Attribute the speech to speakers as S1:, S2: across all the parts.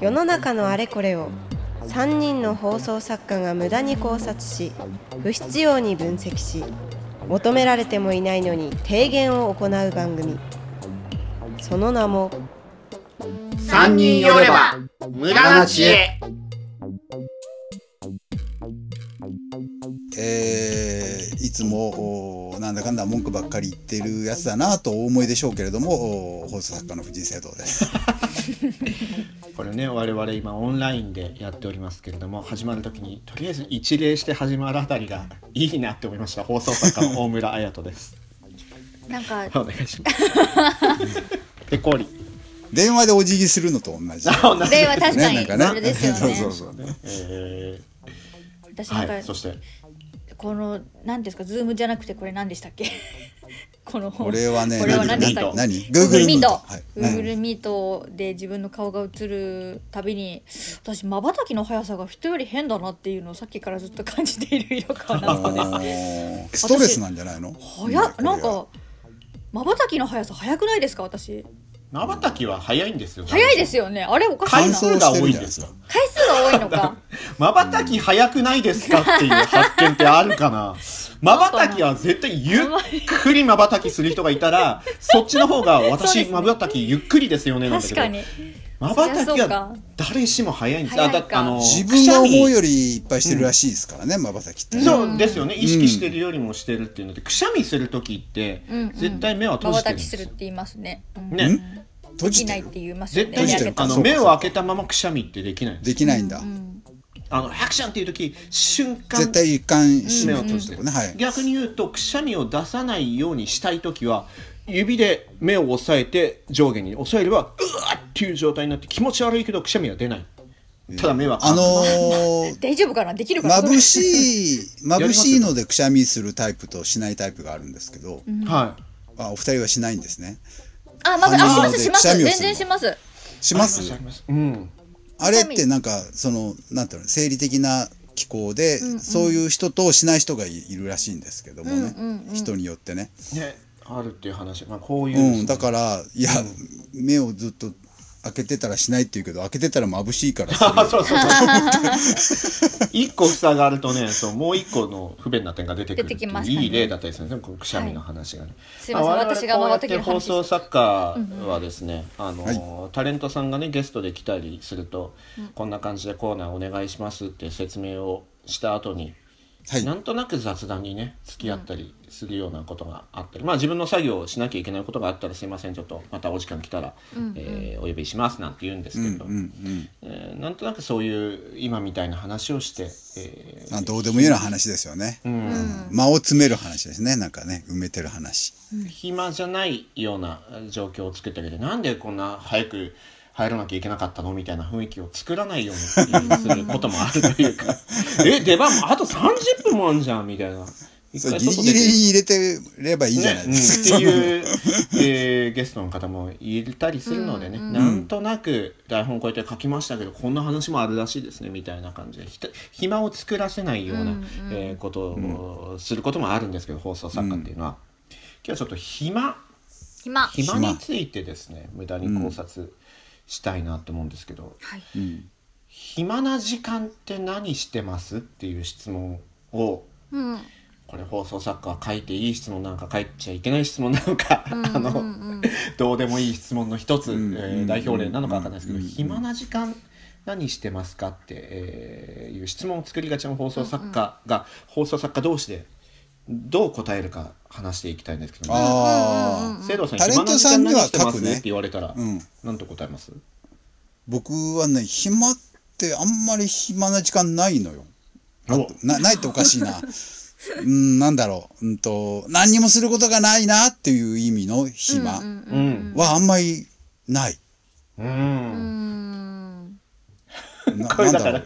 S1: 世の中のあれこれを3人の放送作家が無駄に考察し不必要に分析し求められてもいないのに提言を行う番組その名も
S2: 三人寄れば無駄な知恵
S3: えーいつもおーなんだかんだ文句ばっかり言ってるやつだなとお思いでしょうけれどもおー放送作家の藤井聖堂 です。
S2: これね我々今オンラインでやっておりますけれども始まる時にとりあえず一礼して始まるあたりがいいなって思いました放送作家の大村彩人です
S4: なんか
S2: お願いします ペコリ、
S3: 電話でお辞儀するのと同じ。
S4: 例は確か
S3: ね
S4: に
S3: なんかね
S4: それです よ
S3: そうそう
S4: ね。
S3: そうね。
S2: え
S4: 私
S2: ー
S4: なん
S2: はい
S4: か
S2: そして
S4: この何ですかズームじゃなくてこれ何でしたっけ？ この
S3: これはね、
S4: これは何でしたっけ？
S3: 何 ?Google
S4: ？Google Meet
S3: Meet。はい
S4: Google Meet で自分の顔が映るたびに私まばたきの速さが人より変だなっていうのをさっきからずっと感じている色かな
S3: あ
S4: と です
S3: ーストレスなんじゃないの
S4: 早っなんかまばたきの速さ早くないですか私
S2: まばたきは早いんですよ
S4: 早いですすよねあれおかしい
S2: 回
S4: な
S2: 数が多いんですよ
S4: 回数が多いの か
S2: まばたき早くないですかっていう発見ってあるかなまばたきは絶対ゆっくりまばたきする人がいたらそっちの方が
S4: そうで
S2: 私
S4: すね
S2: まばたきゆっくりですよねなんだけ
S4: 確か
S2: ど
S4: に
S2: まばた
S4: そ
S2: き
S4: りゃそう
S2: は
S4: か
S2: 誰しも早いんです
S4: 早いか
S2: だあの
S3: 自分が思うよ
S2: り
S3: りいっぱいしてるらしいですからね、まばたきってね。
S2: そうですよね意識してるよりもしてるっていうのでくしゃみする時って
S4: うんうん
S2: 絶対目は閉
S4: まば
S2: じて
S4: た
S2: るんで
S4: きす
S2: す
S4: るっ
S2: よ
S4: て言いますね、うん
S2: ね
S3: 閉
S4: でき
S3: じ
S4: な
S3: て
S4: いっ
S3: る
S4: て。言いますよ
S2: 絶
S4: ね
S2: 対
S3: 閉
S2: に
S3: じ
S4: や
S3: て
S4: け
S3: る
S4: た
S2: あ
S3: か
S4: ら
S2: の目を開けたままくしゃみってできない
S3: できないんだ
S4: う。ん
S2: あのハクシャンっていう時瞬間
S3: 絶対一貫し
S2: 目
S3: め
S2: を閉
S3: 閉
S2: じ
S3: じ
S2: て
S3: て
S2: る、
S3: るね。はい。
S2: 逆に言うとくしゃみを出さないようにしたい時は指で目を押さえて上下に押さえればうわーっていう状態になって気持ち悪いけどくしゃみは出ないただ目は乾
S3: あ
S2: く
S3: のー、
S4: 大丈夫かなで きるかな
S3: 眩
S4: い
S3: しい、眩しいのでくしゃみするタイプとしないタイプがあるんですけど、
S2: は
S3: あお二人はしないんですね。
S4: あまぶあしますします
S3: あの
S4: 全
S3: くしゃみをする
S4: 然します
S3: し
S2: い
S3: ま
S2: あ
S3: す
S2: りますうん
S3: あれってなんか、その、なんていうの、生理的な気候で、そういう人としない人がいいるらしいんですけどもね、
S4: うんうんうん
S3: 人によってね。
S2: ねあるっていう話、まあ、こういう、
S3: うん、だから、いや、目をずっと開けてたらしないって言うけど、開けてたら眩しいからする
S2: あそうそうそう一個塞がるとねそうもう一個の不便な点が出てくるってい
S4: 出てき
S2: う
S4: ますからね
S2: いい例だったりするんですねこのくしゃみの話がね、
S4: すいません
S2: あ我々
S4: 私が
S2: こうやっ
S4: 回って
S2: て
S4: きた話
S2: 放送作家はですね、あのー
S3: は
S2: タレントさんがねゲストで来たりすると、こんな感じでコーナーお願いしますって説明をした後に、
S3: はい
S2: な。んとなく雑談にね付き合ったりするようなことがあったり、まあ自分の作業をしなきゃいけないことがあったらすいませんちょっとまたお時間来たら、えーお呼びしますなんて言うんです
S3: う
S2: けれ
S3: んうん
S2: ど、
S3: うん。
S2: えーなんとなくそういう今みたいな話をして、えー
S3: あどうでもいいような話ですよね。
S2: うん
S3: 間を詰める話ですね。なんかね、埋めてる話。
S2: 暇じゃないような状況を作ってあげてなんでこんな早く入らなきゃいけなかったのみたいな雰囲気を作らないようにすることもあるという かえ出番もあと30分もあんじゃんみたいな。一
S3: それ
S2: 回
S3: ギリ
S2: 外出
S3: ギリ
S2: て
S3: に入れてればいいじゃ ないですか。
S2: ねうんっていう、えーゲストの方もいたりするのでね、なんとなく台本こうやって書きましたけどこんな話もあるらしいですねみたいな感じでひた暇を作らせないような、えーことをすることもあるんですけど放送作家っていうのは、今日はちょっと暇
S4: 暇は
S2: 暇についてですね無駄に考察したいなと思うんですけど、
S4: い
S3: うん
S2: 暇な時間って何してますっていう質問を
S4: うん
S2: これ放送作家は書いていい質問なんか書いちゃいけない質問なのか、あの、どうでもいい質問の一つ、
S3: ん
S2: えー代表例なのかわかんないですけど、
S3: うん
S2: 暇な時間何してますかって、えーいう質問を作りがちの放送作家が、放送作家同士でどう答えるか話していきたいんですけど、ね、
S3: ああ、
S2: 聖堂さん
S3: タレ
S2: 暇な
S3: ント
S2: 時
S3: さ
S2: 間
S3: んに
S2: 何
S3: は
S2: してま
S3: 書
S2: す、
S3: くね
S2: って言われたら、
S3: うん
S2: なんと答えます
S3: 僕はね、暇ってあんまり暇な時間ないのよ。
S2: お
S3: なないっておかしい な。うん、なんだろう。うんと、何にもすることがないなっていう意味の暇
S2: うん、
S3: はあんまりない。
S2: うん
S4: うん
S3: な
S2: これだか
S3: なん
S2: ら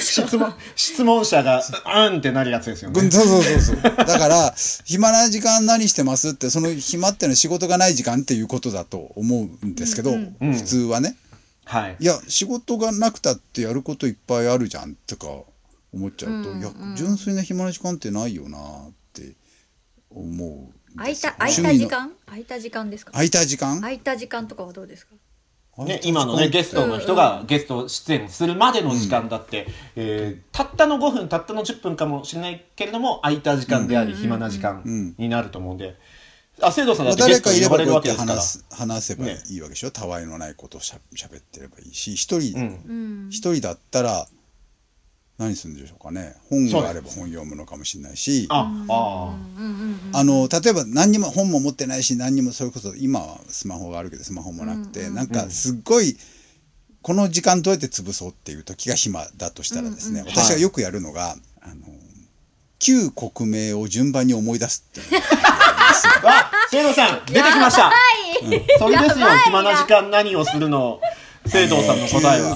S2: 質問質問者がうんってなるやつですよね
S3: ぐんそうそうそうそう。だから、暇な時間何してますって、その暇ってのは仕事がない時間っていうことだと思うんですけど、
S2: うん
S3: 普通はね。
S2: はい
S3: いや、仕事がなくたってやることいっぱいあるじゃんとか思っちゃうと、いや、純粋な暇な時間ってないよなって思うん
S4: 空
S3: で
S4: い
S3: すよ
S4: た空いた時間空いた時間ですか
S3: 空いた時間
S4: 空いた時間とかはどうですか
S3: あ
S2: ね、今のねゲストの人がゲスト出演するまでの時間だって、えーたったの5分たったの10分かもしれないけれども空いた時間であり、暇な時間になると思うんで、あ生徒さんだ
S3: まあ
S2: ってゲ
S3: 誰
S2: スト
S3: か
S2: に
S3: いれ
S2: 呼ばれ
S3: ばこう
S2: る
S3: や
S2: わけ
S3: って
S2: ですから
S3: 話す話せば
S2: ね
S3: いいわけでしょ、たわいのないことをしゃ喋ってればいいし一人、
S2: うん
S4: うん
S3: 一人だったら何するんでしょうかね本があれば本読むのかもしれないしあ
S2: ああ
S4: うんうんうん
S3: の例えば何にも本も持ってないし何にもそれこそ今はスマホがあるけどスマホもなくて、
S4: うんうん
S3: なんかすっごいこの時間どうやって潰そうっていう時が暇だとしたらですね、
S4: うん
S2: うん
S3: 私がよくやるのが、あの旧国名を順番に思い出すっていう
S2: あ生徒さん出てきましたそれですよ
S4: やばいな
S2: 暇な時間何をするの生徒さんの答えは。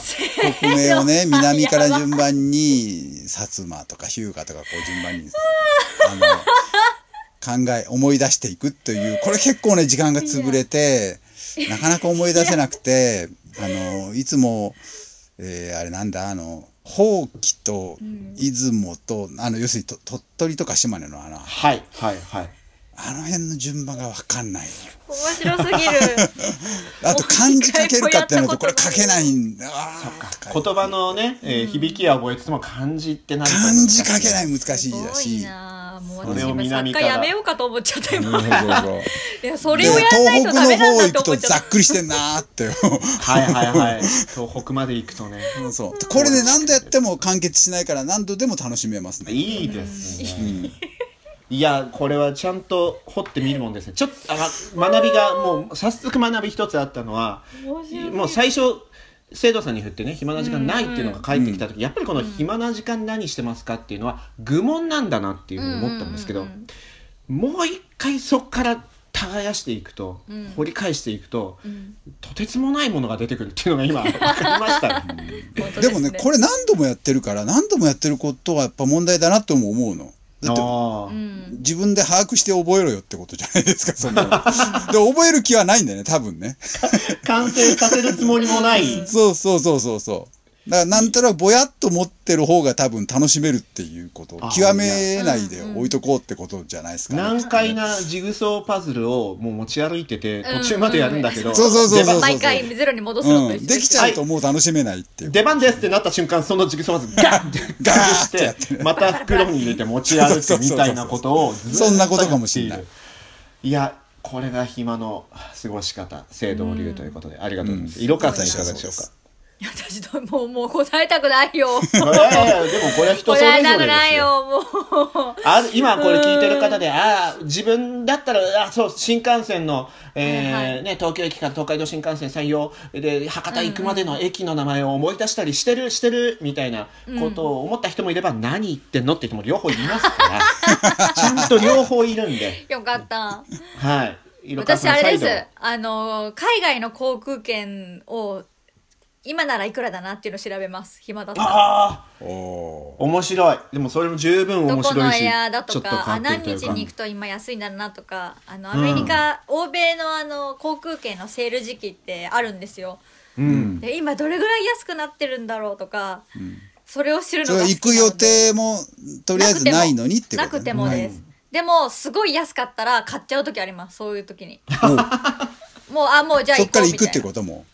S3: 国名 をね南から順番に薩摩とか日向とかこう順番にあの考え思い出していくというこれ結構ね時間が潰れてなかなか思い出せなくてあのいつも、えーあれなんだあのほうきと出雲と、あの要するにと鳥取とか島根のあの
S2: はいはいはい。
S3: あの辺の順番が分かんない
S4: 面白すぎる
S3: あと漢字書けるかっていうのとこれ書けないんだあーとか
S2: 言葉のね、えー響きは覚えつつも漢字ってなると
S3: 漢
S2: 難し
S3: 字
S2: い
S3: 書けない難しい
S4: す
S3: だ
S4: ご
S3: し
S4: い。なもう
S2: そ
S4: 私
S2: れを
S4: 今作
S2: 南
S4: 家
S2: から
S4: やめようかと思っちゃった今いやそ
S3: で
S4: れをやんない
S3: 東北
S4: とダ
S3: の
S4: メなん
S3: 方
S4: だ
S3: 行
S4: っ
S3: く
S4: て思
S3: と
S4: っちゃ
S3: ざ
S4: っ
S3: っくりしてんなーって。
S2: はいはいはい。東北まで行くとね。
S3: そうこれで何度やっても完結しないから何度でも楽しめますね。
S2: いいです
S3: う
S2: ね。
S3: ん、
S2: いや、これはちゃんと掘ってみるもんですね。ちょっと、あ学びが、もう、早速学び一つあったのは、もう最初、生徒さんに振ってね、暇な時間ないっていうのが返ってきた時、やっぱりこの暇な時間何してますかっていうのは愚問なんだなっていうふうに思ったんですけど、もう一回そこから耕していくと、掘り返していくと、とてつもないものが出てくるっていうのが今、わかりましたね。
S4: た
S3: でもねこれ何度もやってるから何度もやってることはやっぱ問題だなとも思うの。だって
S2: あ
S4: う
S2: ー
S4: ん
S3: 自分で把握して覚えろよってことじゃないですかその。で覚える気はないんだよね多分ね。
S2: 完成させるつもりもない。
S3: そうそうそうそうそう。だからなんとなくぼやっと持ってる方が多分楽しめるっていうことを
S2: あー
S3: 極めないで置いとこうってことじゃないですかね、
S2: 難解なジグソーパズルをもう持ち歩いてて途中までやるんだけど、
S3: そうそうそうそうそう
S4: 毎回ゼロに戻すのと
S3: うん、
S4: 一緒
S3: できちゃうともう楽しめないっていう、
S2: 出番ですってなった瞬間そのジグソーパズルガッて
S3: ガーって
S2: 崩
S3: やって
S2: してまた袋に入れて持ち歩くみたいなことをずーっ
S3: そんなことかもしれな
S2: や
S3: い
S2: ってるいやこれが暇の過ごし方正道流ということでありがとうございます、
S3: うん
S2: 色川さんいかがでしょうか
S4: いや私どうもうもう答えたくない よ
S2: いやいやいやでもこれは人それ
S4: 答
S2: ぞれ
S4: えたく
S2: で
S4: な
S2: す
S4: い
S2: よ
S4: よもう
S2: あ今これ聞いてる方で、ああ、自分だったら、あそう、新幹線の、えー
S4: はいは
S2: ね、東京駅から東海道新幹線採用で、博多行くまでの駅の名前を思い出したりしてる、してる、みたいなことを思った人もいれば、何言ってんのって人も両方いますから、 ちゃんと両方いるんで、
S4: よかった
S2: はい。色川
S4: 私
S2: さん
S4: あれ
S2: 再
S4: ですあの海外の航空券を今ならいくらだなっていうのを調べます暇だっ
S2: 度
S4: たら
S2: ああ、
S3: おー
S2: 面白い。でもそれも十分
S4: ど
S2: 面
S4: この
S2: 白い
S4: エ
S2: し
S4: アだ、とかあ
S2: 変わって
S4: 何
S2: るという
S4: 日
S2: か
S4: に行くと今安いんだなとかあのア
S2: うん
S4: メリカ、欧米のあの航空券のセール時期ってあるんですよ
S2: うん。
S4: で今どれぐらい安くなってるんだろうとか、それを知る
S3: そ
S4: の
S3: れ
S4: が好き
S3: 行く予定もとりあえずないのにってこと
S4: なくてもです、でもすごい安かったら買っちゃう時ありますそういう時に
S3: おう
S4: もうあもうじゃあ
S3: そ
S4: 行
S3: っ
S4: こ
S3: か
S4: う
S3: ら
S4: み
S3: 行
S4: た
S3: くって
S4: いな
S3: ことも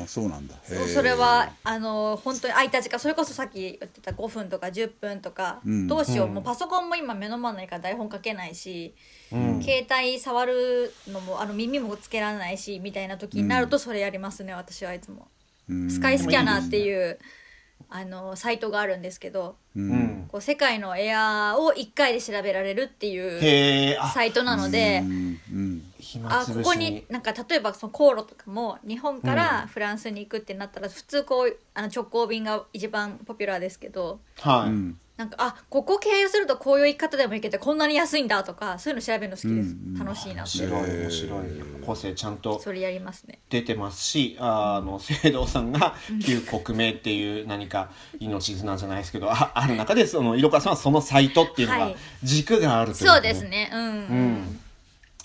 S3: ああそうなんだへ
S4: そう
S3: ー
S4: それはあの本当に空いた時間それこそさっき言ってた5分とか10分とか、
S3: うん
S4: どうしよう、
S2: うん
S4: もうパソコンも今目の前ないから台本書けないし、
S2: うん
S4: 携帯触るのもあの耳もつけられないしみたいな時になるとそれやりますね、私はいつも。
S3: うん
S4: スカイスキャナーっていうあのサイトがあるんですけど
S3: うん
S2: うん。
S4: こう世界のエアーを1回で調べられるっていう
S2: へえ、あ、
S4: サイトなので。
S3: うんうん
S2: 暇
S4: あ
S2: つ
S4: こ
S2: ぶ
S4: こ
S2: し
S4: になんか例えばその航路とかも日本からフランスに行くってなったら普通こうあの直行便が一番ポピュラーですけど
S2: はい。
S3: うん
S4: なんかあここ経由するとこういう行き方でも行けてこんなに安いんだとかそういうの調べるの好きです、
S3: うんうん
S4: 楽しいな
S2: 面
S4: っ
S2: 白
S4: て
S2: い
S3: へー
S2: 面白い個性ちゃんと
S4: それやりますね
S2: 出てますしあの聖堂さんが旧国名っていう何か命綱じゃないですけどあある中でその色川さんはそのサイトっていうの
S4: は
S2: が
S4: い
S2: 軸があるというか
S4: そうですねうん、
S2: うん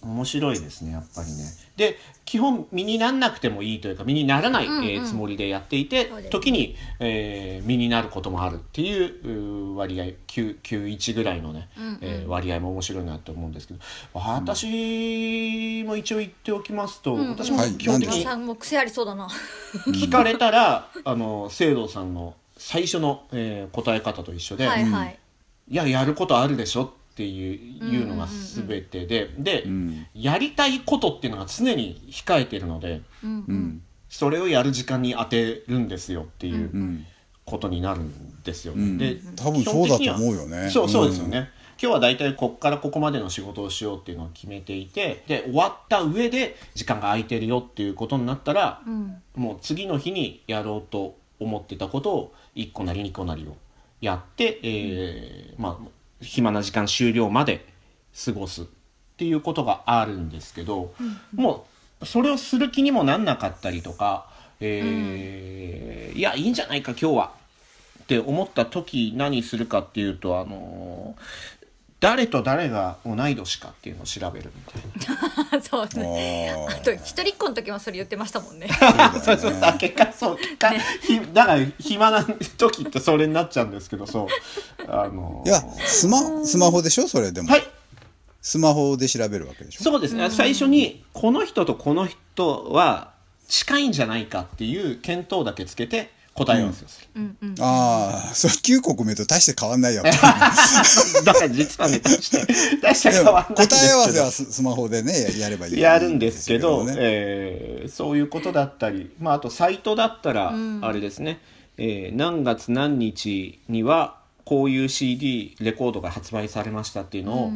S2: 面白いですねやっぱりね。で基本身になんなくてもいいというか身にならない、
S4: うんうん
S2: えーつもりでやっていて、
S4: そうです
S2: 時に、えー身になることもあるっていううー割合9 91ぐらいのね、
S4: うんうん
S2: えー割合も面白いなと思うんですけど私も一応言っておきますと、
S4: うんうん
S2: 私も
S3: はい
S2: 基本的
S4: 皆
S2: に
S4: さんも癖ありそうだな。
S2: 聞かれたら、あの聖堂さんの最初の、えー答え方と一緒で。
S4: はいはい。
S2: いややることあるでしょっていう
S4: うんうんうんうん
S2: いうのが全てで、で、
S3: うん
S2: やりたいことっていうのが常に控えてるので
S4: うん
S3: う
S4: うんん。
S2: それをやる時間に当てるんですよっていううんことになるんですよ、
S3: うん
S2: で
S3: 多分そうだと思うよね
S2: そうそうですよね、今日は大体ここからここまでの仕事をしようっていうのを決めていてで終わった上で時間が空いてるよっていうことになったら
S4: うん。
S2: もう次の日にやろうと思ってたことを1個なり2個なりをやって、えーまあ、暇な時間終了まで過ごすっていうことがあるんですけど、もうそれをする気にもなんなかったりとか、えーいやいいんじゃないか今日はって思った時何するかっていうとあのー誰と誰が同い年かっていうのを調べるみたいな。
S4: そう
S3: あ
S4: ね。あ
S3: ー
S4: と一人っ子の時もそれ言ってましたもんね。
S2: そう そうそう結果そう結果、ひだから暇な時ってそれになっちゃうんですけどそうあの
S3: いやスマスマホでしょそれでも
S2: はい
S3: スマホで調べるわけでしょ
S2: そうですね最初にこの人とこの人は近いんじゃないかっていう見当だけつけて答え合わせをする、
S4: うんうん。
S3: ああそれ9個組めと大して変わん ないよ答
S2: だから実はね大して大して変わんないんですけど
S3: え合わせはススマホでねやればいい
S2: やるんですけど、
S3: ね
S2: えーそういうことだったり、まあ、あとサイトだったら
S4: うん
S2: あれですね、えー何月何日にはこういう CD レコードが発売されましたっていうのを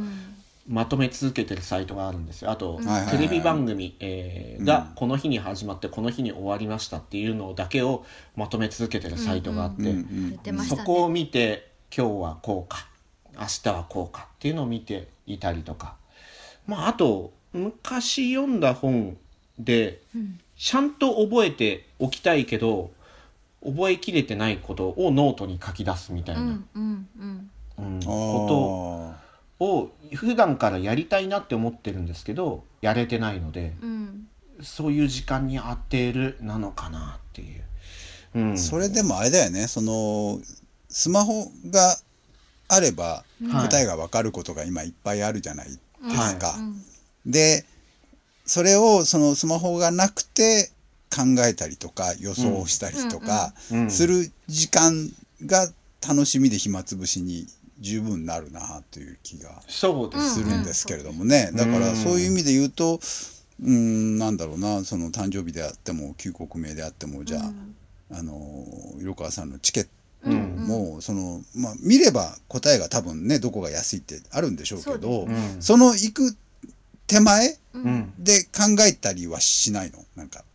S2: まとめ続けてるサイトがあるんですよあと、
S4: うん
S3: はいはいはい
S2: テレビ番組、えー
S3: うん
S2: がこの日に始まってこの日に終わりましたっていうのだけをまとめ続けてるサイトがあって、
S3: うんう
S4: 言
S3: ん
S4: ってまし
S2: そ
S4: たね。
S2: こを見て今日はこうか明日はこうかっていうのを見ていたりとかまああと昔読んだ本で
S4: うん
S2: ちゃんと覚えておきたいけど覚えきれてないことをノートに書き出すみたいうな、
S4: んうんうん。
S2: うん
S3: あー
S2: ことを普段からやりたいなって思ってるんですけどやれてないので
S4: うん。
S2: そういう時間に当てるなのかなっていう。うん、
S3: それでもあれだよねそのスマホがあれば
S2: はい
S3: 答えが分かることが今いっぱいあるじゃないですか。
S4: うん
S3: でそれをそのスマホがなくて考えたりとか予想したりとか
S2: うん
S3: する時間が楽しみで暇つぶしに十分なるなという気が
S2: そうです
S3: するんですけれどもね、
S2: ん
S3: だから
S2: うん
S3: そういう意味で言うとうんなんだろうなその誕生日であっても旧国名であってもじゃあ,、あの色川さんのチケット
S2: うん
S3: もうその、まあ、見れば答えが多分ねどこが安いってあるんでしょうけ
S4: そうで
S3: ど
S4: す
S3: そ,、
S2: うん
S3: の行く手前
S4: うん
S2: うん
S3: で考えたりはしないのなんか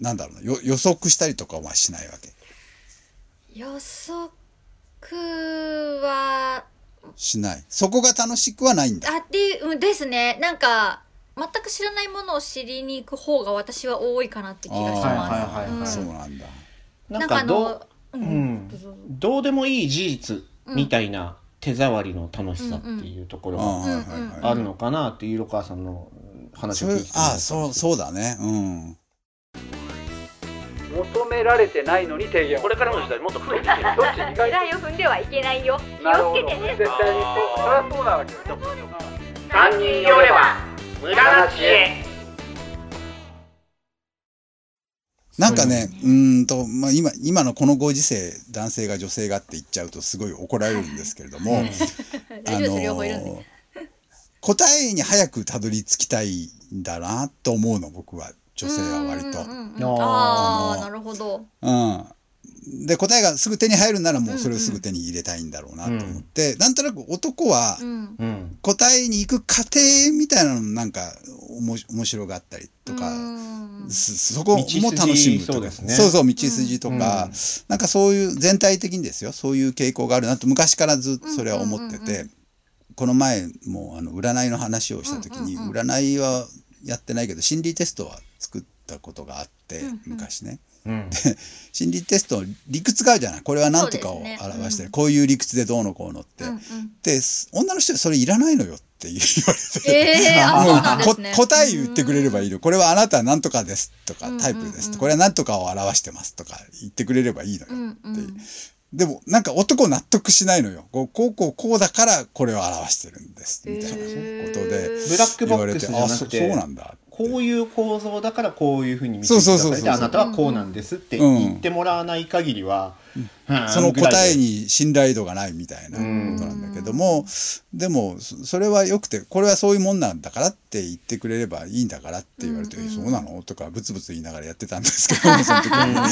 S3: なんだろうなよ予測したりとかはしないわけ
S4: 予測は
S3: しないそこが楽しくはないんだ
S4: あっていううんですねなんか全く知らないものを知りに行く方が私は多いかなって気がし
S2: あーはいはいはいは
S4: ま
S2: い
S4: す
S3: そう
S4: うん。
S3: なんだ
S2: な
S4: なんんか
S2: か
S4: あ
S2: ど
S4: の
S2: う、う
S4: う
S2: ん
S4: どうぞどうぞ
S2: どうでもいい事実みたいな手触りの楽しさっていうところが
S3: あーはいはいはい
S2: あるのかなっていう色川さんの話
S3: そ
S2: を
S3: う
S2: 聞
S3: い
S2: いうてて
S3: あそうそうだねうん
S5: 求められてないのに提言これからの時代もっと増えていけるどっち意外
S6: を踏んではいけないよ気
S5: なるほど絶対にそうそりゃそうなわけよ3人寄れば無駄な知恵
S3: なんかね
S4: そうです、
S3: うーんと、まあ、今、今のこのご時世、男性が女性がって言っちゃうとすごい怒られるんですけれども、
S4: 大丈夫です両方いるんで
S3: ー答えに早くたどり着きたいんだなと思うの、僕は、女性は割と。
S4: うんうんうん
S2: あー
S4: あーなるほど
S3: うん。で、答えがすぐ手に入るならもうそれをすぐ手に入れたいんだろうなと思って、なんとなく男は
S4: うん
S2: うん
S3: 答えに行く過程みたいなのなんかおもし面白がったりとか、
S4: うん
S3: そそこも楽しむとか
S2: 道筋そうですね
S3: そうそう道筋とか、
S2: うん
S3: なんかそういう全体的にですよそういう傾向があるなと昔からずっとそれは思ってて、
S4: うんうんうんう
S3: この前もあの占いの話をした時に、
S4: うんうんうん
S3: 占いはやってないけど心理テストは作ったことがあって、
S4: うんうん
S3: 昔ね
S2: うん
S3: 心理テストの理屈があるじゃないこれは何とかを
S4: そうですね
S3: 表してる、
S4: うん
S3: こういう理屈でどうのこうのって、
S4: うんうん
S3: で女の人はそれいらないのよっって言われて。
S4: えー、あ、そうなんですね。
S3: こ答え言ってくれればいいの。これはあなたは何とかですとか
S4: うん
S3: タイプです
S4: うん
S3: と
S4: うん
S3: かこれは何とかを表してますとか言ってくれればいいの
S4: う
S3: よ。
S4: んうん。
S3: ってでもなんか男納得しないのよ。こうこうこうこうだからこれを表してるんですみたいなことで
S2: ブラック
S3: 言
S2: ボ
S3: わ
S2: ッ
S3: れ
S2: ク
S3: て
S2: スじゃ
S3: あ
S2: な
S3: そ
S2: く
S3: う
S2: て
S3: そうなんだって。
S2: こういう構造だからこういうふうに見てく
S3: そう
S2: だ
S3: そうそう
S2: さい
S3: そ
S2: うであなたはこうなんですって
S3: うん
S2: 言ってもらわない限りは、はあ
S3: その答え
S2: ぐ
S3: に信頼度がないみたいなことなんだけども、でもそそれはよくてこれはそういうもんなんだからって言ってくれればいいんだからって言われて「
S4: うんうん
S3: えそうなの?」とかブツブツ言いながらやってたんですけどその時
S2: らい
S3: は
S2: で
S3: ね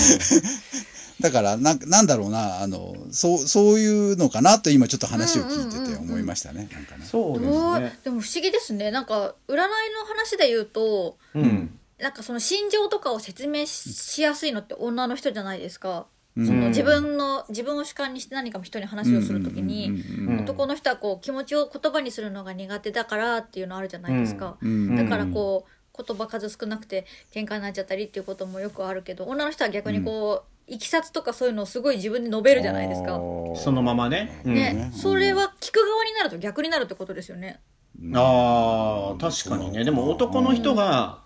S3: だからななんだろうなあのそうそういうのかなと今ちょっと話を聞いてて思いましたね。なんかね
S2: そうで
S4: ど
S2: す
S4: う
S2: ね。
S4: でも不思議ですね。なんか占いの話で言うと、
S2: うん。
S4: なんかその心情とかを説明ししやすいのって女の人じゃないですか。
S3: うん
S4: そ
S2: うん
S4: の自分の自分を主観にして何か人に話をするときに、
S3: うんうん
S4: 男の人はこう気持ちを言葉にするのが苦手だからっていうのあるじゃないですか。
S3: うんうん
S4: だからこう言葉数少なくて喧嘩になっちゃったりっていうこともよくあるけど女の人は逆にこう、いきさつとかそういうのをすごい自分で述べるじゃないですか。
S2: そのままね。うん
S4: ね、
S3: うん
S4: それは聞く側になると逆になるってことですよね。
S2: ああ確かにねでも男の人が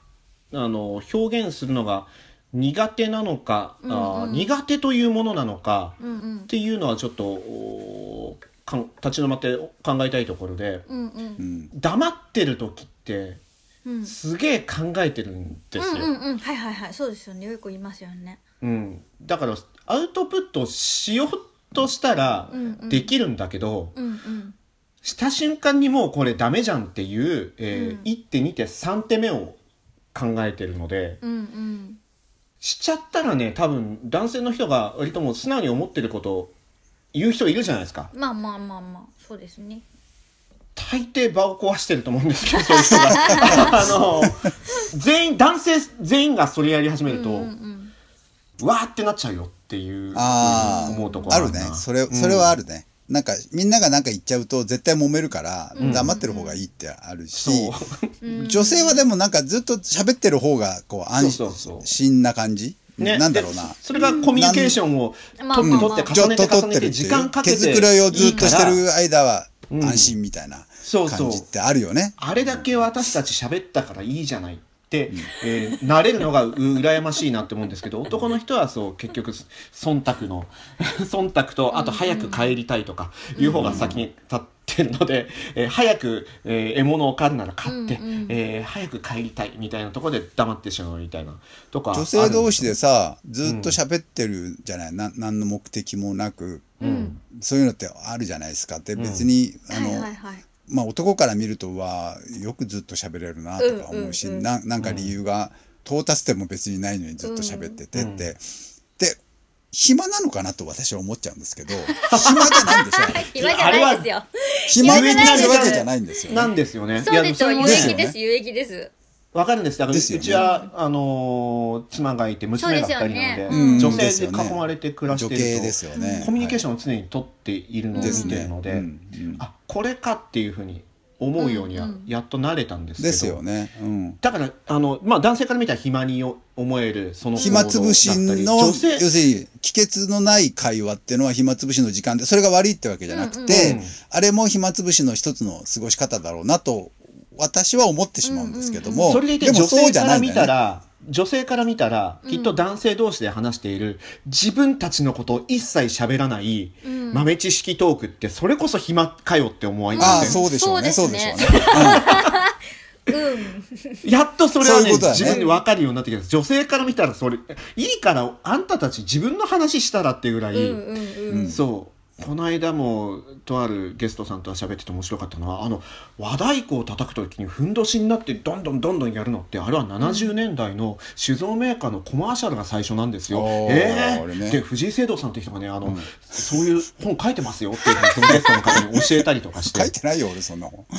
S2: あの表現するのが苦手なのか、あー
S4: うんうん
S2: 苦手というものなのか
S4: うんうん
S2: っ。ていうのはちょっとおーかん立ち止まって考えたいところで
S4: うんう。
S3: うんん
S2: 黙ってる時って
S4: うん。
S2: すげえ考えてるんですよ、
S4: うんうんうんはいはいはいそうですよねよく言いますよね。
S2: うんだからアウトプットしようとしたら
S4: うんうん
S2: できるんだけど、
S4: うんうん
S2: した瞬間にもうこれダメじゃんっていう、えー
S4: うん
S2: 1手2手3手目を考えてるので
S4: うんうん
S2: しちゃったらね多分男性の人が割ともう素直に思ってることを言う人いるじゃないですか
S4: まあまあまあまあそうですね。
S2: 大抵場を壊してると思うんですけど そういう人があの全員男性全員がそれやり始めると、
S4: うんうん
S2: わーってなっちゃうよっていう
S3: あ
S2: 思うとこ
S3: あ
S2: な
S3: るねそれそれはあるね、なんかみんながなんか言っちゃうと絶対揉めるから
S4: うん
S3: 黙ってる方がいいってあるし、
S2: そう
S4: うん
S3: 女性はでもなんかずっと喋ってる方がこう安
S2: そうそうそう
S3: 心な感じ、
S2: ね、
S3: なんだろう
S2: で
S3: な。
S2: それがコミュニケーションを
S4: まあ
S2: 取
S4: まあまあ
S2: って取って重ねて重ね
S3: る
S2: て時間かけて
S3: 手作りをずっとして
S2: いい
S3: る間は
S2: うん
S3: 安心みたいな
S2: そうそ
S3: 感
S2: う
S3: じってあるよね。
S2: あれだけ私たち喋ったからいいじゃないって、えー慣れるのがう羨ましいなって思うんですけど男の人はそう結局忖度の 忖度とあと早く帰りたいとかいう方が先に立ってるので、えー早く、えー獲物を狩るなら狩って、
S4: うんうん
S2: えー早く帰りたいみたいなところで黙ってしまうみたいなとか
S3: 女性同士で
S2: さ、
S3: さずっと喋ってるじゃない、な何の目的もなく
S2: うん
S3: そういうのってあるじゃないですかって
S2: うん
S3: 別に、あ
S4: はい
S3: の、
S4: はいはい。
S3: まあ、男から見るとはよくずっと喋れるなとか思うし、
S4: うんうんうん
S3: ななんか理由が到達点も別にないのにずっと喋っててって、
S2: うん
S3: で暇なのかなと私は思っちゃうんですけど暇じゃないんでしょ
S4: 今じゃないですよ。
S3: 暇にしてるわけじゃないんですよ、
S2: なんですよね。
S4: そうですよ
S2: いや
S4: 有
S2: も
S3: です
S4: 益
S3: よね
S4: です有益です。
S2: わかるんです。だから、う
S3: ですよね
S2: ちは、あのー妻がいて、娘が二人なので、
S4: そうですよね
S3: うん
S2: 女
S3: で
S2: 性
S3: す
S2: で
S3: よね
S2: 囲まれて暮らして
S3: 女
S2: いる
S3: 系
S2: と、
S3: ですよね
S2: コミュニケーシ
S3: ョ
S2: ョンを常に取っているのを
S3: で
S2: 見
S3: す
S2: てる
S3: ね
S2: ので、
S3: うんうん
S2: あこれかっていうふうに思うようには
S4: うんうん
S2: やっと慣れたんですけど、
S3: ですよね、うん、
S2: だからあの、まあ、男性から見たら暇に思えるその行動
S3: 暇
S2: だった
S3: つ
S2: り
S3: ぶしの
S2: 女
S3: 要す
S2: 性
S3: るに帰結のない会話っていうのは暇つぶしの時間でそれが悪いってわけじゃなくて、
S2: うんうん
S3: あれも暇つぶしの一つの過ごし方だろうなと私は思ってしまうんですけども、
S2: それでいて
S3: でも
S2: 女
S3: そう
S2: 性
S3: じゃ
S2: か
S3: な
S2: ら
S3: いん
S2: 見
S3: だ
S2: た
S3: よね。
S2: ら、女性から見たら、きっと男性同士で話している、自分たちのことを一切喋らない、
S4: うん
S2: 豆知識トークって、それこそ暇かよって思われま
S3: ああ
S2: せん
S3: そうでしょうね
S4: そ
S3: そうう
S4: で
S3: ですし
S4: ね
S3: ょうね。 うん
S4: うん。
S2: やっとそれは
S3: そうい
S2: ね、
S3: うことだね
S2: 自分で分かるようになってきたんです。女性から見たら、それ、いいから、あんたたち自分の話したらっていうぐらい、
S4: うんうんうん。
S2: そう。この間も、とあるゲストさんとは喋ってて面白かったのは、あの、和太鼓を叩くときにふんどしになってどんどんどんどんやるのって、あれは70年代の酒造メーカーのコマーシャルが最初なんですよ。
S3: おー
S2: ええ
S3: あれね
S2: で、藤井聖堂さんって人がね、あの、そういう本書いてますよっていうふうにそのゲストの方に教えたりとかして。
S3: 書いてないよ俺そんなもん。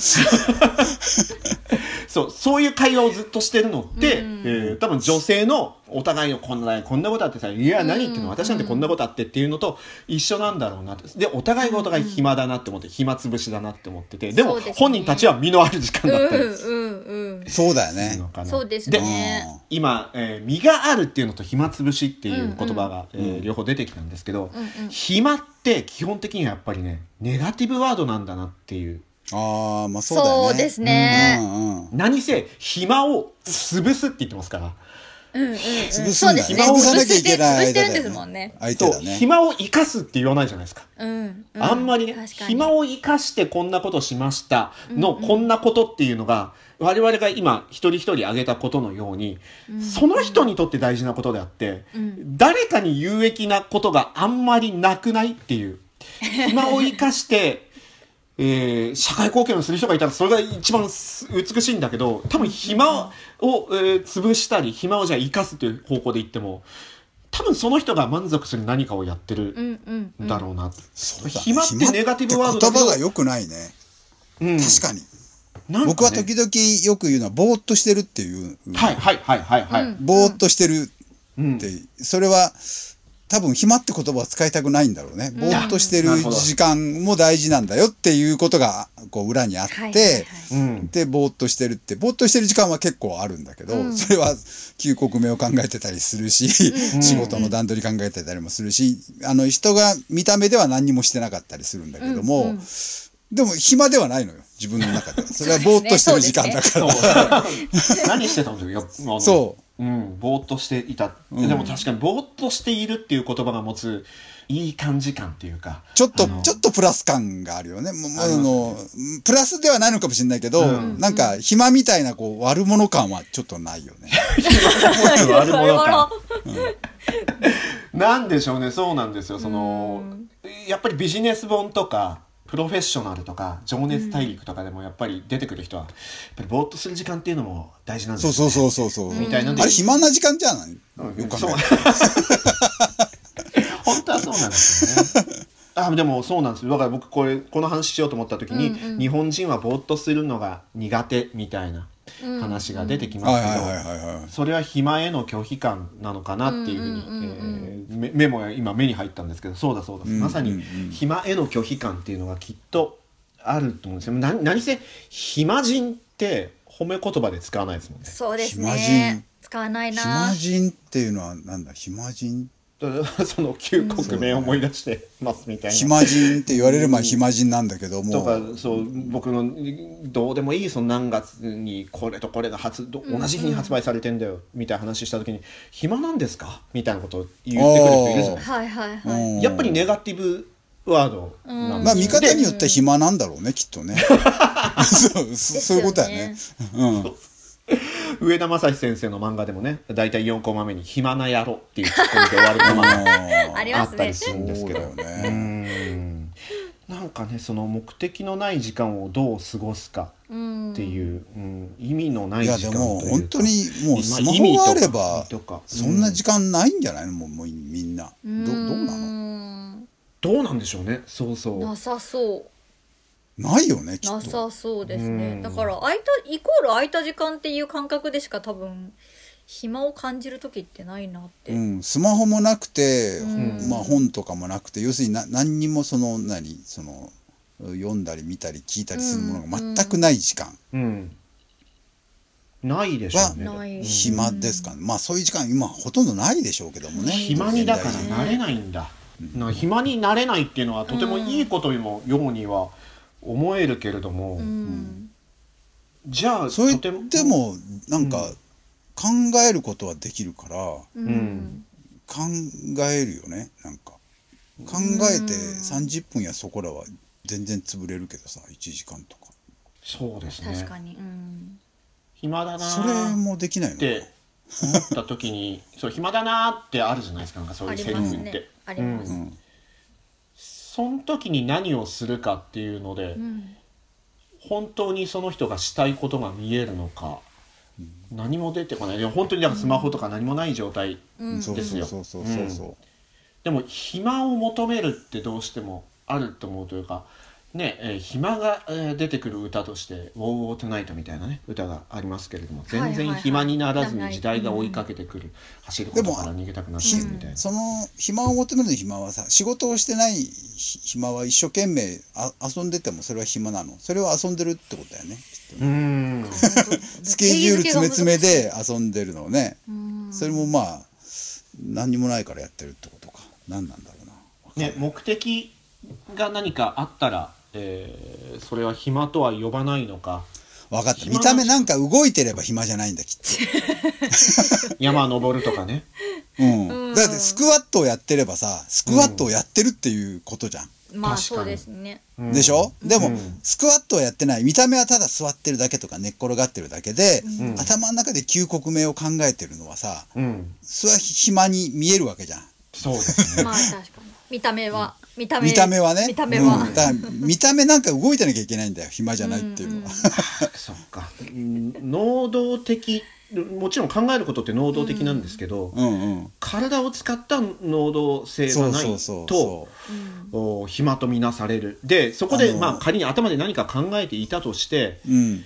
S2: そう、そういう会話をずっとしてるのって、
S4: うん
S2: えー多分女性のお互いのこんな、こんなことあってさ、いや、何言ってんの、私なんてこんなことあってっていうのと一緒なんだろうなって。で、お互いがお互い暇だなって思って、暇つぶしだなって思ってて、でも
S4: そうですね
S2: 本人たちは身のある時間
S4: う
S2: だ
S4: ん
S2: ったり
S4: うんうん。
S3: そうだよ
S2: する
S3: ね
S2: の。かな。
S4: そうですね。
S2: 今、えー身があるっていうのと暇つぶしっていう言葉が、
S3: んうん
S2: えー両方出てきたんですけど、
S4: うんうん
S2: 暇って基本的にはやっぱりね、ネガティブワードなんだなっていう。
S3: ああまあそうだよね
S4: そうですね
S3: うんうんうん
S2: 何せ暇を潰すって言ってますから
S4: うんうんうん、
S3: 潰す
S4: そうん
S3: だ
S4: で
S3: よ
S4: す
S3: ね
S4: ね。
S3: 潰
S4: 潰
S3: さなきゃい
S4: し
S3: け
S4: て
S3: ない
S4: 潰して
S3: 間
S4: るん
S3: だ
S4: で
S3: よ
S4: すも
S3: ね
S4: んね。
S3: 相手
S2: そう
S3: だね
S2: 暇を生かすって言わないじゃないですか
S4: うん、う
S2: あんまりね、
S4: 確かに
S2: 暇を生かしてこんなことしましたの、
S4: うんうん
S2: こんなことっていうのが、我々が今一人一人挙げたことのように、
S4: うん
S2: その人にとって大事なことであって、
S4: うん
S2: 誰かに有益なことがあんまりなくないっていう、暇を生かして、 えー社会貢献をする人がいたらそれが一番す美しいんだけど、多分暇を、えー潰したり、暇をじゃあ生かすという方向で言っても、多分その人が満足する何かをやって
S4: う
S2: る
S4: んうんうん
S2: んだろうなって
S3: そうだね
S2: 暇ってネガティブワードだ
S3: 言
S2: けど
S3: 葉が良くないね
S2: うん
S3: 確かに
S2: なんかね
S3: 僕は時々よく言うのはぼーっとしてるっていう
S2: はいはいはいはいはい。
S4: うん
S3: ぼーっとしてる
S2: うん
S3: って、それは多分暇って言葉は使いたくないんだろうね。ぼーっとしてる
S2: なるほど
S3: 時間も大事なんだよっていうことがこう裏にあって、
S4: はいはいはい
S2: うん
S3: で、ぼーっとしてるって、ぼーっとしてる時間は結構あるんだけど、
S4: うん
S3: それは休国名を考えてたりするし、
S2: うん
S3: 仕事の段取り考えてたりもするし、あの人が見た目では何にもしてなかったりするんだけども、
S4: うんうん
S3: でも暇ではないのよ、自分の中で は。それはぼーっとしてる時間だか
S2: そう
S3: ら。
S2: 何してたんですよ。あの。
S3: そう
S2: ん、ぼーっとしていた。
S3: うん
S2: でも確かに、ぼーっとしているっていう言葉が持つ、いい感じ感っていうか。
S3: ちょっと
S2: あの、
S3: ちょっとプラス感があるよね。もうもう
S2: あ
S3: あ
S2: ります
S3: の、プラスではないのかもしれないけど、
S2: うん
S3: なんか、暇みたいな、こう、悪者感はちょっとな いよね。
S2: 悪者
S4: 悪
S2: 感
S4: 者
S2: なんでしょうね、そうなんですよ。その、やっぱりビジネス本とか、プロフェッショナルとか、情熱大陸とかでもやっぱり出てくる人は、やっぱりぼーっとする時間っていうのも大事なんです
S3: そう
S2: よね。
S3: そうそうそうそう。
S2: みたいなんで
S3: あれ、暇な時間じゃない、
S2: うん
S3: よく
S2: そ
S3: 考
S2: う
S3: え
S2: 本当はそうなんですよね。あでもそうなんですよだから僕これこの話しようと思った時に、
S4: うんうん
S2: 日本人はぼーっとするのが苦手みたいな
S4: うん
S2: 話が出てき
S3: たら。
S2: ま
S3: は
S2: す
S3: い
S2: けど、
S3: はいはいはいはい。
S2: それは暇への拒否感なのかなっていうふうに、
S4: うんうんうん
S2: えーメメモが今目に入ったんですけどそうだそうだ、
S3: うんうんうん
S2: まさに暇への拒否感っていうのがきっとあると思うんですよな何せ暇人って褒め言葉で使わないですもんね。
S4: そうです
S3: 暇
S4: ね
S3: 人。
S4: 使わないな
S3: 暇。人っていうのは、なんだ、暇人
S2: その旧国名を思い出してますみたいな。
S3: 暇人って言われる前、暇人なんだけど
S2: と
S3: も、
S2: かそう僕のどうでもいいその何月にこれとこれが発ど同じ日に発売されてんだよみたいな話した時に「暇なんですか?」みたいなことを言ってくる人いるじゃない
S4: はいはいは
S3: うん
S4: い。
S2: やっぱりネガティブワードなん
S3: まあ、
S2: です
S3: 見
S2: よ
S3: 方
S2: で
S3: によっては暇なんだろうね、きっと ね。そう、そそういうことだよね
S4: で。
S3: うん。
S2: 上田正史先生の漫画でもね大体4コマ目に「暇な野郎」っていうツッコミで終わるコマが
S3: あ
S4: あり
S2: あ
S4: ま
S2: っ
S4: す
S2: たり
S4: ね。
S2: するんですけど。
S3: そうだよ
S2: う
S3: ね。
S2: んなんかねその目的のない時間をどう過ごすか
S4: うん
S2: っていう、うん意味のない
S3: いや
S2: 時
S3: で
S2: 間
S3: も
S2: というか
S3: 本当にもうスマ
S2: まあ意
S3: ホ
S2: 味と
S3: が
S2: か
S3: あれば
S2: とか
S3: そんな時間ないんじゃないのもうもうみんなどどうなの
S4: の？
S2: どうなんでしょうねそうそう
S4: なさそう。
S3: ないよねき
S4: な
S3: っと
S4: さそうです
S2: う
S4: ね
S2: ん
S4: だから空いたイコール空いた時間っていう感覚でしか多分暇を感じる時ってないなって、
S3: うんスマホもなくて
S4: うん
S3: まあ本とかもなくて要するにな何にもその何その読んだり見たり聞いたりするものが全くない時間
S2: うんないでしょうね
S4: ない
S2: うん
S3: 暇ですかねまあそういう時間今ほとんどないでしょうけどもね
S2: 暇にだから
S3: 現代人
S2: なれないんだ、な暇になれないっていうのはとてもいいことにもようには思えるけれども、
S4: うん
S2: じゃあ
S3: そう言
S2: とても
S3: ってもなんか考えることはできるから、
S4: うん
S2: ん
S3: 考えるよねなんか考えて30分やそこらは全然潰れるけどさ1時間とか
S2: そうですね
S4: 確かに、うん
S2: 暇だな
S3: それ
S2: ーっ
S3: もできないのかな
S2: て思った時に そう暇だなーってあるじゃないですかなんかそう
S4: あ
S2: いう
S4: り
S2: セリ
S4: ま
S2: フ
S4: す
S2: っ
S4: ね、
S2: て。
S4: あります、
S3: う
S4: うん
S3: ん
S2: その時に何をするかっていうので、本当にその人がしたいことが見えるのか、何も出てこないいや本当にだからスマホとか何もない状態、
S4: うん
S3: そう
S2: です
S3: そう
S2: よ
S3: そうそうそうそ
S2: でも暇を求めるってどうしてもあると思うというかねえー暇が、えー出てくる歌として「ウォーウォートナイト」みたいなね歌がありますけれども
S4: いは
S2: 全
S4: い
S2: 然暇にならず
S4: は
S2: に
S4: い
S2: 時代が追いかけてくる、走ることから逃げたくなっちゃうみたいな
S3: う。その暇を求める暇はさ仕事をしてない暇は一生懸命あ遊んでてもそれは暇なのそれは遊んでるってことだよねきっとね
S2: うん
S3: ス
S4: ス
S3: ケジュール詰め詰めで遊んでるのねそれもまあ何にもないからやってるってことか何なんだろうな
S2: ね、目的が何かあったらえーそれは暇とは呼ばないのか
S3: 分かった見た目なんか動いてれば暇じゃないんだきっ
S2: 山登るとかね
S3: と、う、
S4: うんん
S3: だってスクワットをやってればさスクワットをやってるっていうことじゃん、
S4: まあ
S2: 確かに
S4: そうですね
S2: うん
S3: でしょでも、
S2: うん
S3: スクワットをやってない見た目はただ座ってるだけとか寝っ転がってるだけで、
S2: うん
S3: 頭の中で旧国名を考えてるのはさ
S2: うん
S3: それは暇に見えるわけじゃん
S2: そうですね
S4: まあ確かに見た目は見た目
S3: 見た目はね
S4: 見た目は
S3: うんだから見た目なんか動いてなきゃいけないんだよ暇じゃないっていうのは、
S2: そっかうん能動的もちろん考えることって能動的なんですけど、
S3: うんうん
S2: 体を使った能動性がない
S3: そうそうそう
S2: と
S3: そ
S2: お暇とみなされるでそこ
S3: あ
S2: で
S3: の
S2: まあ仮に頭で何か考えていたとして、
S3: ううん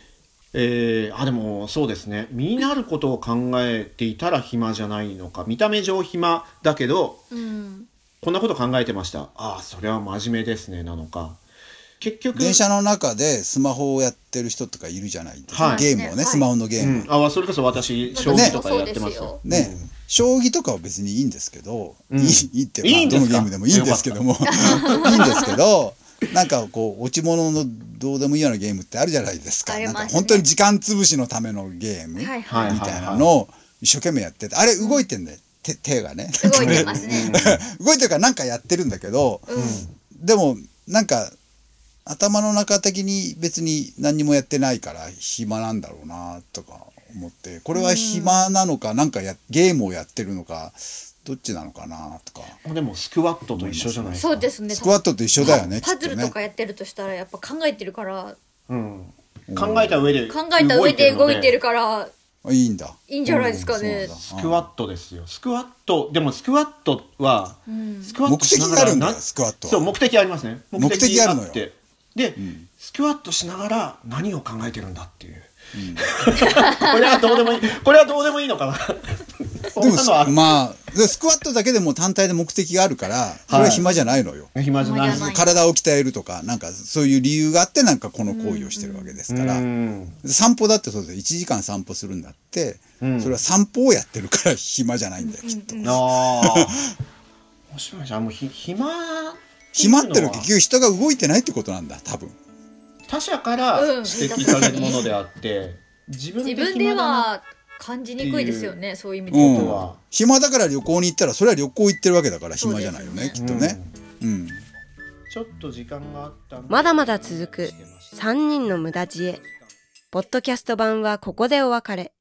S2: えーあでもそうですね身になることを考えていたら暇じゃないのか見た目上暇だけど
S4: うん
S2: こんなこと考えてましたああそれは真面目ですねなのか結局
S3: 電車の中でスマホをやってる人とかいるじゃない、
S2: はい
S3: ゲームをね、
S4: はい
S3: スマホのゲームを、
S2: うん、あそれこそ私将棋とかやってますよ。
S3: ね、将棋とかは別にいいんですけど、
S2: うん
S3: いいいいってまあ
S2: いいんで
S3: ど
S2: す
S3: の
S2: か
S3: ゲームでもいいんですけどもいいんですけどなんかこう落ち物のどうでもいいようなゲームってあるじゃないですか、
S4: あり
S3: な
S4: ま
S3: ん
S4: す
S3: か
S4: ね
S3: 本当に時間潰しのためのゲームみ
S4: はい
S2: は
S4: はいい
S3: たいなのを一生懸命やっててあれ動いてんだよ手手がね
S4: 動いてますね
S3: 動いてるからなんかやってるんだけど
S4: うん
S3: でもなんか頭の中的に別に何もやってないから暇なんだろうなとか思ってこれは暇なのかなんかやゲームをやってるのかどっちなのかなとか
S2: うんでもスクワットと一緒じゃないですか。
S4: そうですね
S3: スクワットと一緒だよねき
S4: パ
S3: っ
S4: ズ
S3: と
S4: ルと
S3: ね
S4: かやってるとしたらやっぱ考えてるから
S2: うん、考えた上で
S4: 考えた上で動いてる
S2: か
S4: から
S3: いいんだ
S4: いいんじゃないですかね
S3: うんそう
S2: スクワットですよスクワットでもスクワットは、
S4: うん
S2: スクワッ
S3: 目
S2: トし
S3: 的
S2: なが
S3: がある
S2: ら
S3: んだ
S2: な
S3: よスクワットは
S2: そう目的ありますね
S3: 目的あるのよ
S2: 目ってで、
S3: ん
S2: スクワットしながら何を考えてるんだっていう、 これはどうでもいいこれはどうでもいいのかなそん
S3: でも
S2: な
S3: す
S2: のは
S3: まあでスクワットだけでも単体で目的があるからそれは暇じゃないのよ、
S2: 暇じゃない
S4: 暇じゃない
S3: 体を鍛えるとかなんかそういう理由があってなんかこの行為をしてるわけですから、
S2: うん
S3: 散歩だってそうですよ1時間散歩するんだって、
S2: うん
S3: それは散歩をやってるから暇じゃないんだよきっと、
S2: あー面白いじゃん もうひ暇
S3: 暇ってのは
S2: いうのは
S3: 結局人が動いてないってことなんだ多分
S2: 他者から
S4: うん
S2: 指摘されるものであって自分
S4: 自
S2: で
S4: 分で
S2: 暇だなっ
S4: は感じにくいですよねそういう意味
S3: う
S4: で
S3: ん
S4: 言う
S2: こと
S4: と
S2: は
S3: 暇だから旅行に行ったらそれは旅行行ってるわけだから
S4: そう
S3: 暇
S4: です
S3: じゃ
S4: よ
S3: ない
S4: ね
S3: よねき
S2: て
S3: っとねうん、
S2: ちょっと時間があったんで
S1: まだまだ続く3人の無駄知恵ポッドキャスト版はここでお別れ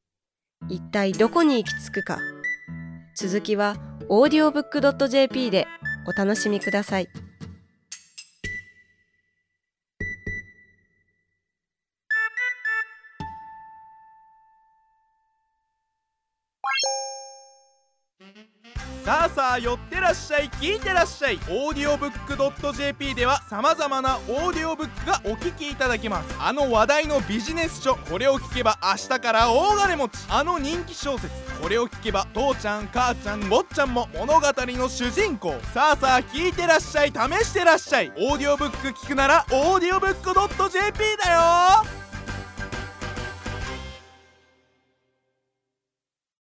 S1: 一体どこに行き着くか続きは audiobook.jp でお楽しみください
S6: さあさあ寄ってらっしゃい聞いてらっしゃいオーディオブックドット JP ではさまざまなオーディオブックがお聞きいただけますあの話題のビジネス書これを聞けば明日から大金持ちあの人気小説これを聞けば父ちゃん母ちゃん坊ちゃんも物語の主人公さあさあ聞いてらっしゃい試してらっしゃいオーディオブック聞くならオーディオブックドット JP だよ